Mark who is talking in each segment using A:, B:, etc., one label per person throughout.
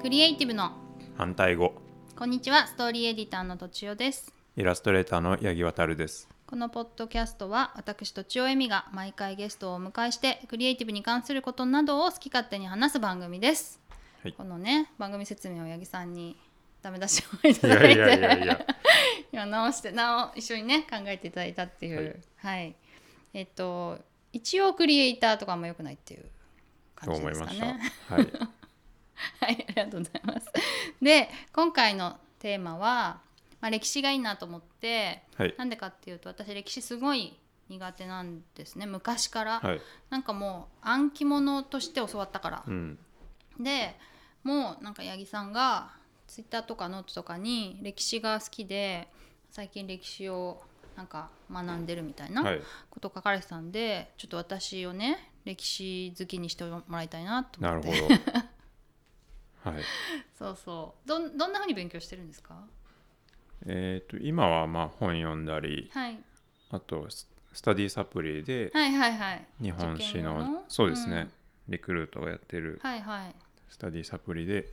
A: クリエイティブの
B: 反対語
A: こんにちはストーリーエディターのとちおです
B: イラストレーターの八木渉です
A: このポッドキャストは私とちおえみが毎回ゲストをお迎えしてクリエイティブに関することなどを好き勝手に話す番組です、
B: はい
A: このね番組説明を八木さんにダメ出しをいた
B: い
A: だいて
B: やいやいやいや
A: 今直してなお一緒にね考えていただいたっていうはい、えっと一応クリエイターとかもよくないっていう
B: と
A: 感じ
B: 思
A: で
B: い
A: す
B: ま
A: か
B: した、
A: ね
B: はい
A: はいありがとうございますで今回のテーマは、まあ、歴史がいいなと思って
B: はい
A: なんでかっていうと私歴史すごい苦手なんですね昔から、
B: はい
A: なんかもう暗記物として教わったから
B: う、ん
A: でもうなんか八木さんがツイッターとかノートとかに歴史が好きで最近歴史をなんか学んでるみたいな
B: はい
A: ことを書かれてたんで、ちょっと私をね歴史好きにしてもらいたいなと
B: な
A: 思
B: る
A: っ
B: ほ
A: て
B: どはい
A: そうそうどんどんなふうに勉強してるんですか
B: えっ、と今はまあ本読んだり
A: はい、
B: あとススタディサプリで
A: はいはいはい
B: 日本史の,、
A: 受験用の
B: そうです
A: う
B: ね
A: ん、
B: リクルートがやってる
A: はいはい
B: スタディサプリで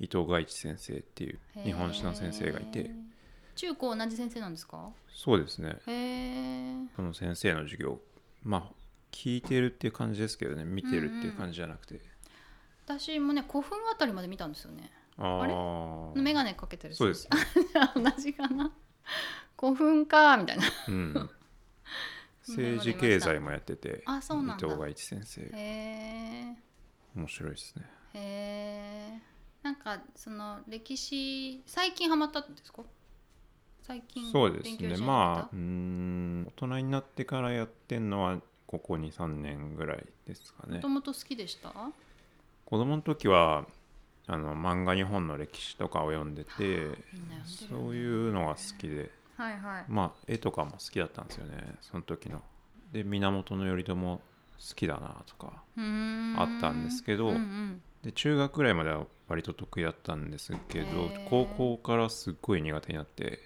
B: 伊藤外一先生っていう
A: へー
B: 日本史の先生がいて
A: 中高同じ先生なんですか
B: そうですね
A: へえ
B: その先生の授業まあ聞いてるっていう感じですけどね見てるっていう感じじゃなくて、
A: 私もね古墳あたりまで見たんですよねあれ
B: ああ
A: 眼鏡かけてる
B: そうです、ね、
A: 同じかな古墳かみたいな
B: うん政治経済もやってて
A: あそうなんだ
B: 伊藤外一先生
A: へ
B: 面白いですね
A: えへえなんかその歴史最近ハマったんですか最近
B: そうですねまあ
A: あ
B: うーん大人になってからやってんのはここ23年ぐらいですかね
A: もともと好きでした
B: 子供の時はあの漫画日本の歴史とかを読んでて、
A: みんな読んでるよね
B: そういうのが好きで
A: はいはい
B: まあ絵とかも好きだったんですよねその時ので源頼朝好きだなとか
A: うーん
B: あったんですけど
A: うんうん
B: で中学ぐらいまでは割と得意だったんですけど
A: へー
B: 高校からすっごい苦手になって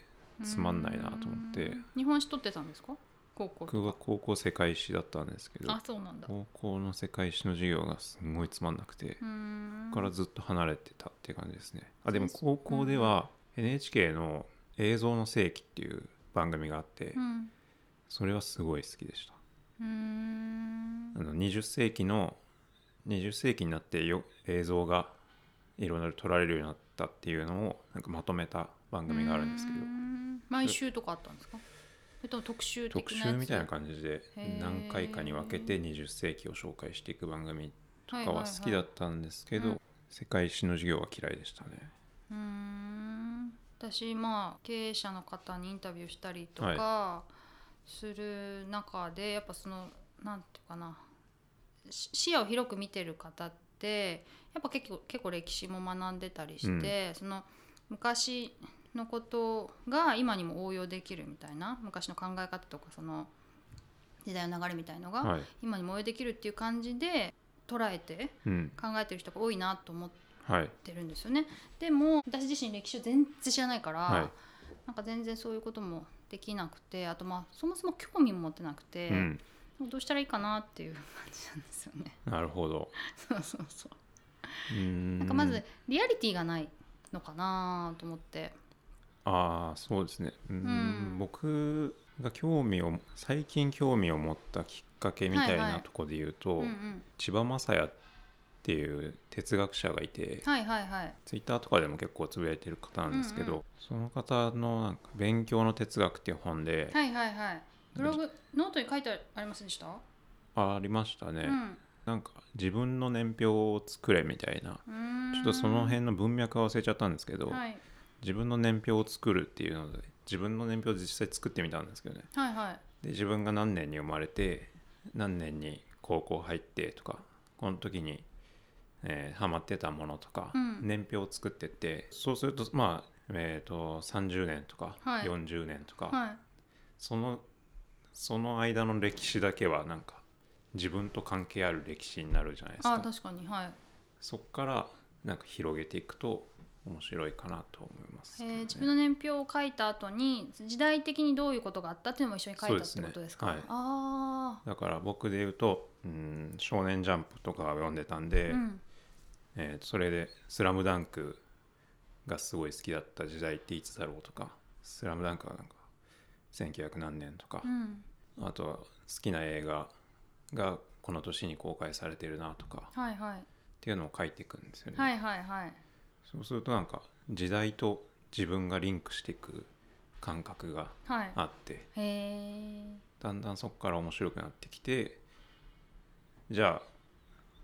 B: つまんないなと思っ
A: う
B: て
A: ーん日本史取ってたんですか高校
B: 僕は高校世界史だったんですけど
A: あそうなんだう
B: 高校の世界史の授業がすんごいつまんなくて
A: ーん
B: そこからずっと離れてたっていう感じですねあでも
A: そう
B: 高校では NHK の「映像の世紀」っていう番組があって
A: うんう
B: それはすごい好きでした
A: ーん
B: あの20世紀の20世紀になってよ映像がいろいろ撮られるようになったっていうのをなんかまとめた番組があるんですけど
A: うーん毎週とかあったんですかそれとも特集的なやつ
B: 特集みたいな感じで
A: へー
B: 何回かに分けて20世紀を紹介していく番組とかは好きだったんですけ
A: はいはいはいう
B: ど世界史の授業は嫌いでしたね
A: うーん私まあ経営者の方にインタビューしたりとか
B: は
A: する中で、やっぱそのなんていうかなし視野を広く見てる方ってやっぱ結構結構歴史も学んでたりして、その昔のことが今にも応用できるみたいな昔の考え方とかその時代の流れみたいのが
B: はい
A: 今にも応用できるっていう感じで捉えて
B: うん
A: 考えてる人が多いなと思って。
B: はい
A: ってるんですよねでも私自身歴史を全然知らないから、
B: は
A: なんか全然そういうこともできなくてあとまあそもそも興味も持ってなく
B: い
A: て、
B: うん
A: どうしたらいいかなっていう感じなんですよね
B: なるほど
A: そうそうそう
B: うーん
A: なんかまずリアリティがないのかなと思って
B: ああそうですねうーん
A: うん
B: 僕が興味を最近興味を持ったきっかけみたい
A: はいは
B: ないとこで言うと、
A: うんうん
B: 千葉雅也っていう哲学者がいて
A: はいはいはい
B: ツイッターとかでも結構つぶやいてる方なんですけど、
A: うんう
B: その方のなんか「勉強の哲学」っていう本で、
A: はいはいはいブログノートに書いてありませんでした、
B: ありましたね、
A: うん
B: なんか自分の年表を作れみたいな
A: うーん
B: ちょっとその辺の文脈は忘れちゃったんですけど、
A: はい
B: 自分の年表を作るっていうので自分の年表を実際作ってみたんですけどね
A: はいはい
B: で自分が何年に生まれて何年に高校入ってとかこの時に、えーハマってたものとか、
A: うん
B: 年表を作ってってそうするとまあえー、と30年とか
A: はい
B: 40年とか、
A: はい
B: そのその間の歴史だけはなんか自分と関係ある歴史になるじゃないです
A: あ
B: か
A: 確かにはい
B: そっからなんか広げていくと面白いかなと思います
A: え
B: けど
A: ー
B: ね、
A: 自分の年表を書いた後に時代的にどういうことがあったっていうのも一緒に書いたってことですか
B: そうですねはい
A: ああ、
B: だから僕で言うと「うん少年ジャンプ」とかを読んでたんで、
A: うん、
B: えーとそれで「スラムダンクがすごい好きだった時代っていつだろうとか「スラムダンクはなんか1900何年とか、
A: うん
B: あとは好きな映画がこの年に公開されてるなとかっ
A: はいはい
B: ていうのを書いていくんですよね。
A: はいはいはい
B: そうするとなんか時代と自分がリンクしていく感覚が
A: はい
B: あって
A: へえ
B: だんだんそこから面白くなってきてじゃあ,、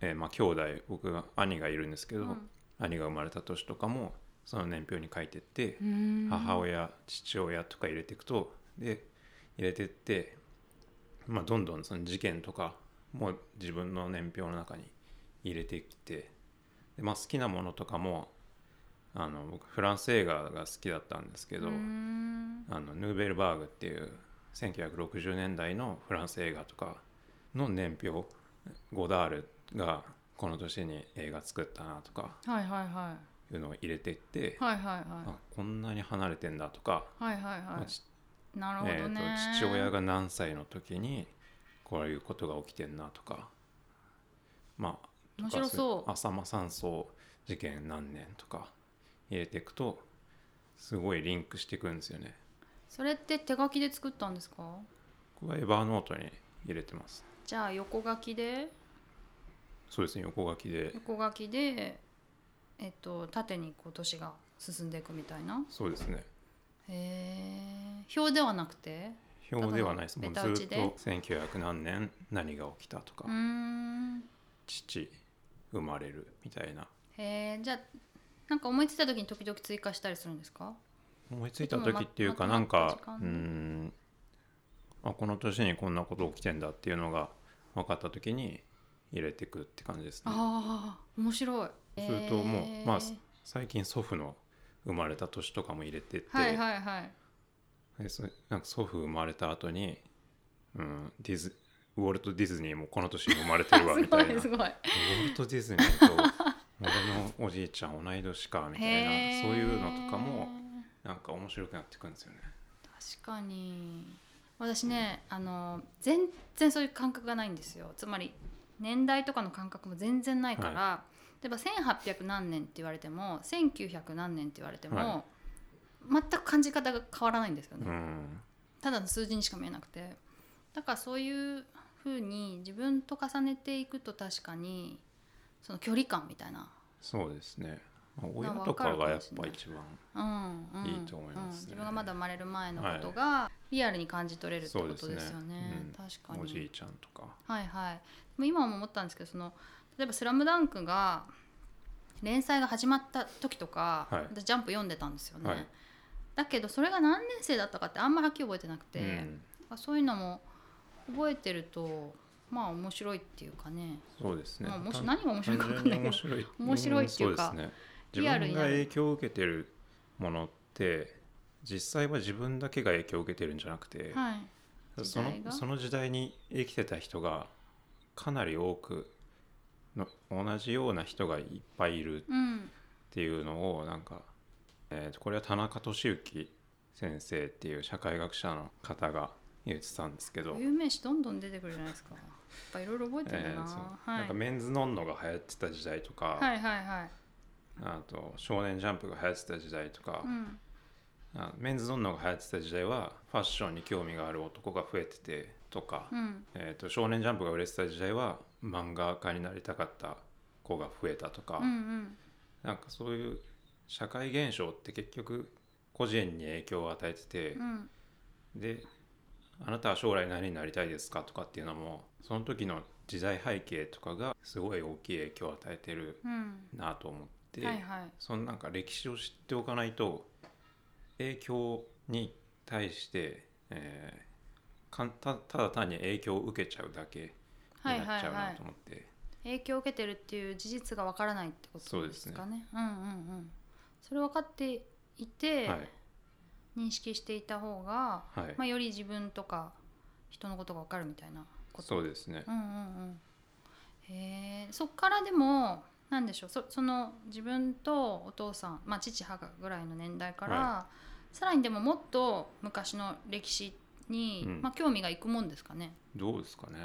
B: えーまあ兄弟僕は兄がいるんですけど、兄が生まれた年とかもその年表に書いてって、母親父親とか入れていくとで入れてって、まあ、どんどんその事件とかも自分の年表の中に入れてきてで、まあ、好きなものとかもあの僕フランス映画が好きだったんですけ
A: け
B: ど、あのヌーベルバーグっていう1960年代のフランス映画とかの年表ゴダールがこの年に映画作ったなとか
A: はいはいは
B: いうのを入れていって
A: い、はいはいはい
B: あこんなに離れてんだとか、
A: はいはい
B: まあ
A: は
B: ち
A: いなるほ
B: え
A: ど
B: ー
A: ね、
B: と父親が何歳の時にこういうことが起きてんなとかまあ
A: 面白そう
B: 浅間山荘事件何年とか入れていくとすごいリンクしていくんですよね。
A: それって手書きで作ったんですか
B: ここはエバーノートに入れてます。
A: じゃあ横書きで
B: そうですね横書きで
A: 横書きでえっと縦にこう年が進んでいくみたいな
B: そうですね
A: へえ表ではなくて
B: 表ではないですもうず
A: ただの
B: っ
A: ベ
B: と
A: タ打
B: 1900何年何が起きたとか、
A: うーん
B: 父生まれるみたいな
A: へえじゃあなんか思いついた時に時々追加したりするんですか
B: 思いついた時っていうか
A: いつもま
B: なんか
A: まとまった
B: うー
A: 時間
B: んあこの年にこんなこと起きてんだっていうのが分かった時に入れてくって感じですね
A: ああ面白い
B: するともう、
A: へー
B: まあ最近祖父の生まれた年とかも入れてって、
A: はいはいはい
B: でそなんか祖父生まれた後に、うん、ディズウォルト・ディズニーもこの年に生まれてるわみ
A: す
B: た
A: ご
B: いな い
A: すごい
B: ウォルト・ディズニーと俺のおじいちゃん同い年かみたいな
A: へー
B: そういうのとかもなんか面白くなってくるんですよね。
A: 確かに私ねあの全然そういう感覚がないんですよつまり年代とかの感覚も全然ないから、例えば1800何年って言われても1900何年って言われても、
B: は
A: 全く感じ方が変わらないんですよね、
B: うん、
A: ただの数字にしか見えなくてだからそういうふうに自分と重ねていくと確かにその距離感みたいな
B: そうですね。まあ親
A: まあ
B: とかがや
A: わかるか
B: っぱ
A: もしれない
B: 一番
A: うんうん、
B: いいと思いま
A: うん
B: すね
A: 自分がまだ生まれる前のことがリアルに感じ取れるってことですよね。
B: そうですねうん
A: 確かに。
B: おじいちゃんとか。
A: はいはい、でも今も思ったんですけどその例えば「スラムダンクが連載が始まった時とか、
B: はい
A: 私ジャンプ読んでたんですよね、
B: はい
A: だけどそれが何年生だったかってあんまりはっきり覚えてなくて、
B: うん、
A: そういうのも覚えてるとまあ面白いっていうかね
B: そうですね。
A: まあもし
B: 単
A: 何が面白いか分かんないけど
B: 単純に面白い
A: 面白いっていうか
B: んそうですね。
A: リアル
B: 自分
A: に
B: が
A: なる
B: 影響を受けてるものって実際は自分だけが影響を受けてるんじゃなくて、
A: はい
B: そ
A: 時代
B: の
A: が
B: その時代に生きてた人がかなり多くの同じような人がいっぱいいるっ
A: うん
B: ていうのをなんか、えーとこれは田中俊之先生っていう社会学者の方が言ってたんですけど、
A: 有名詞どんどん出てくるじゃないですかやっぱいろいろ覚えてるんだ
B: え
A: な,、
B: ーそう
A: は
B: なん
A: い
B: か、メンズノンノが流行ってた時代とか、
A: はいはいはい
B: あと少年ジャンプが流行ってた時代とか
A: う、ん
B: あメンズノンノが流行ってた時代はファッションに興味がある男が増えててとか。
A: うん
B: えー、と少年ジャンプが売れてた時代は漫画家になりたかった子が増えたとか、
A: うんうん
B: なんかそういう社会現象って結局個人に影響を与えてて
A: う、ん
B: であなたは将来何になりたいですかとかっていうのもその時の時代背景とかがすごい大きい影響を与えてる
A: うん
B: なと思って、
A: はいはい
B: そのなんか歴史を知っておかないと影響に対して、えーかんたただ単に影響を受けちゃうだけ
A: は
B: に
A: い
B: なっ
A: はい
B: ちゃうな
A: は
B: と
A: い
B: 思って、
A: 影響を受けてるっていう事実がわからないってことですかねうんうんうんそれ分かっていて、認識していた方が、
B: はいはい、
A: まあ、より自分とか人のことがわかるみたいなこと
B: そうですね
A: う、んうんうん、へえそっからでもなんでしょうそその自分とお父さん、まあ、父母ぐらいの年代から、
B: は
A: さらにでももっと昔の歴史に、
B: うん
A: まあ、興味がいくもんですかね
B: どうですかね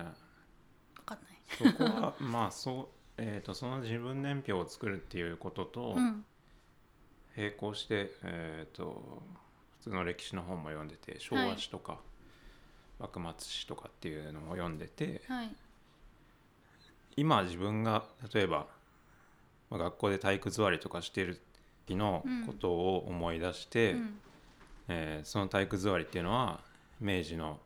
A: 分かんない。
B: そこはまあそうえー、とその自分年表を作るっていうことと
A: うん
B: 並行して、えー、と普通の歴史の本も読んでて昭
A: は
B: 和
A: い
B: 史とか、幕末史とかっていうのも読んでて
A: はい
B: 今自分が例えばまあ学校で体育座りとかしてる時のことを思い出して、
A: うん
B: えーその体育座りっていうのは明治の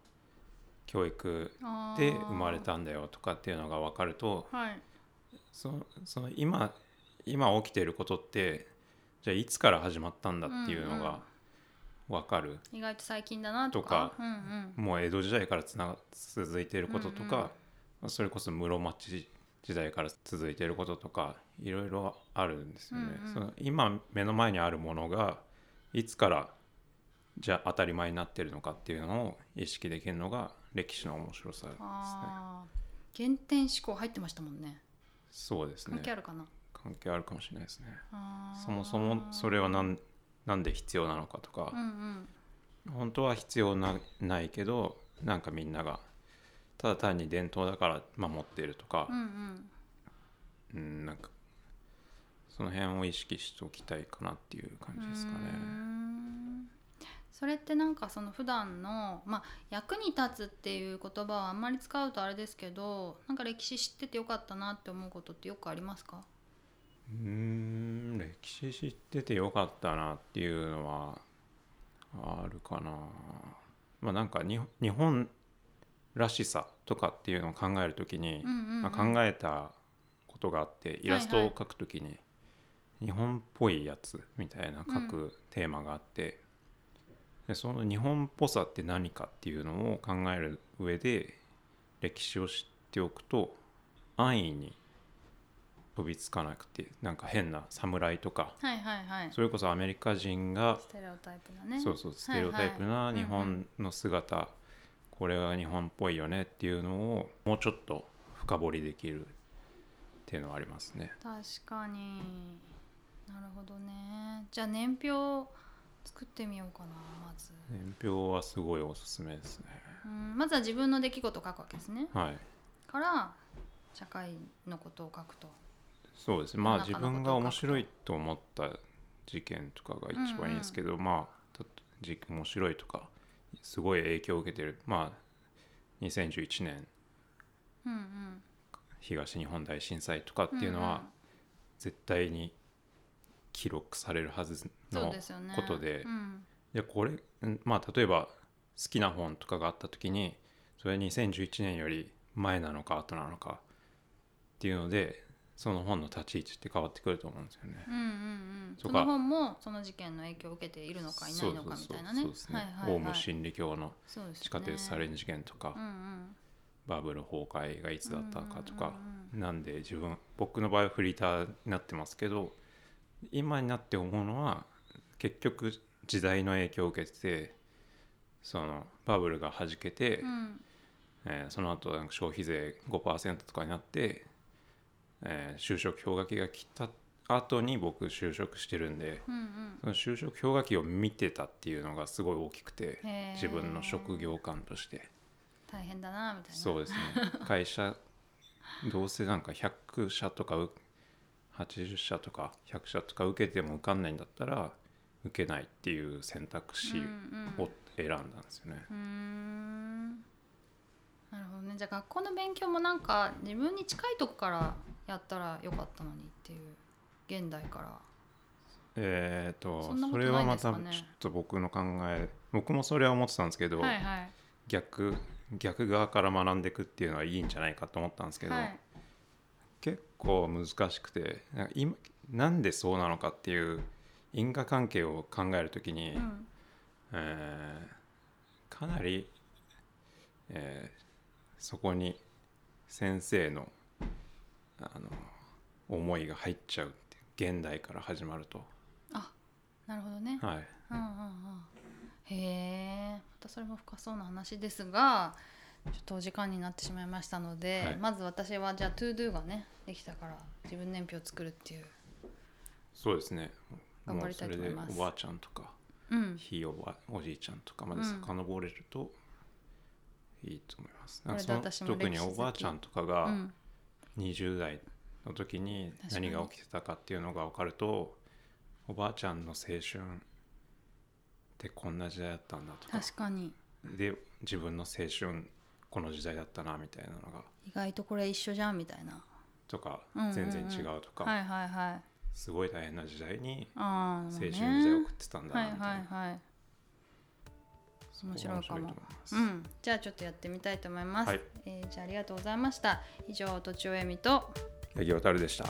B: 教育
A: あー
B: で生まれたんだよとかっていうのが分かると
A: はい
B: そのその今今起きていることってじゃあいつから始まったんだっていうのが分かる、
A: 意外と最近だなと
B: と
A: か
B: か
A: うんうん
B: もう江戸時代からつなが続いていることとか、
A: うんうん
B: まあそれこそ室町時代から続いていることとかいろいろあるんですよね。
A: うんうん
B: その今目の前にあるものがいつからじゃあ当たり前になってるのかっていうのを意識できるのが歴史の面白さですね。
A: あー原点思考入ってましたもんね
B: そうですね
A: 関係あるかな、
B: 関係あるかもしれないですね。
A: あー
B: そもそもそれはなんなんで必要なのかと
A: うん
B: か、
A: うん
B: 本当は必要なないけどなんかみんながただ単に伝統だから守っているとか
A: う、んうん
B: うんなんかその辺を意識しておきたいかなっていう感じですかね。
A: うーんそれってなんかその普段のまあ役に立つっていう言葉はあんまり使うとあれですけどなんか歴史知っててよかったなって思うことってよくありますか
B: うーん歴史知っててよかったなっていうのはあるかな。まあなんかに日本らしさとかっていうのを考えるときに、
A: うんうんうん
B: まあ、考えたことがあってイラストを描くときに日本っぽいやつみたいな描くテーマがあって、でその日本っぽさって何かっていうのを考える上で歴史を知っておくと安易に飛びつかなくてなんか変な侍とか
A: はいはいはい
B: それこそアメリカ人が
A: ステレオタイプだね
B: そうそうステレオタイプ
A: は
B: ない
A: はい
B: 日本の姿、これが日本っぽいよねっていうのをもうちょっと深掘りできるっていうのはありますね。
A: 確かになるほどねじゃあ年表作ってみようかなまず、
B: 年表はすごいおすすめですね。
A: うん、まずは自分の出来事を書くわけですね
B: はい、
A: から社会のことを書くと
B: そうですね。まあ
A: 中の
B: 自
A: ことを
B: 分が面白いと思った事件とかが一番いいんですけど、まあたじ面白いとかすごい影響を受けてるまあ2011年
A: うんうん
B: 東日本大震災とかっていうのは、
A: うんうん
B: 絶対に記録されるはず
A: そう
B: の
A: ですよね
B: ことで
A: うん
B: いやこれんまあ例えば好きな本とかがあった時にそれ2011年より前なのか後なのかっていうのでその本の立ち位置って変わってくると思うんですよね。
A: うんうんうん、
B: と
A: そ
B: か
A: の本もその事件の影響を受けているのかいないのかみたいなね。
B: そうそうそうそうですね、
A: はいはいはい、
B: オウム真理教の
A: そうですね
B: 地下鉄サリン事件とか、
A: うんうん、
B: バブル崩壊がいつだったかとか、
A: うんうんうん
B: なんで自分僕の場合はフリーターになってますけど今になって思うのは結局時代の影響を受けててそのバブルがはじけて、
A: うん
B: えーその後なんか消費税5%とかになって、えー就職氷河期が来た後に僕就職してるんで
A: うんうん
B: その就職氷河期を見てたっていうのがすごい大きくて
A: へー
B: 自分の職業観として。
A: 大変だなみたいな。
B: そ うですね会社どうせなんか100社とかう80社とか100社とか受けても受かんないんだったら受けないっていう選択肢
A: うんうん
B: を選んだんですよね。
A: うーんなるほどねじゃあ学校の勉強もなんか自分に近いとこからやったらよかったのにっていう現代から。
B: えっ、と
A: そ
B: そ
A: んなこと
B: れは
A: ないん
B: ま
A: ですか
B: た
A: ね
B: ちょっと僕の考え僕もそれは思ってたんですけど、
A: はいはい
B: 逆逆側から学んでいくっていうのはいいんじゃないかと思ったんですけど、
A: はい
B: 結構難しくてなんか今なんでそうなのかっていう因果関係を考えるときに、
A: うん
B: えーかなり、えーそこに先生のあの思いが入っちゃうっていう現代から始まると、
A: あなるほどね。
B: はい、
A: うんうんうんへえまたそれも深そうな話ですがちょっとお時間になってしまいましたので、
B: はい
A: まず私はじゃあ「ToDo」がねできたから自分年表を作るっていう、
B: そうですね
A: 頑張
B: もう
A: りた
B: そ
A: いと思い
B: れで
A: ます
B: おばあちゃんとか
A: うん、
B: ひいおばおじいちゃんとかまで
A: うん
B: 遡れるといいと思います、なんか
A: これで私
B: そ
A: も
B: の特
A: 歴
B: に
A: 史好き
B: おばあちゃんとかが
A: うん
B: 20代の時に
A: 確かに
B: 何が起きてたかっていうのが分かるとおばあちゃんの青春ってこんな時代だったんだとか
A: 確かに
B: で自分の青春この時代だったなみたいなのが
A: 意外とこれ一緒じゃんみたいな
B: とか
A: うんうんうん
B: 全然違うとか、
A: はいはいはい
B: すごい大変な時代に
A: ああ
B: 青春時代を送ってたんだ
A: は
B: ないみたいな、
A: はいはい
B: そこが
A: 面白いかも
B: 面と思います、
A: うん、じゃあちょっとやってみたいと思います、
B: はい
A: えーじゃあありがとうございました以上とちおえみと
B: 八木渡るでした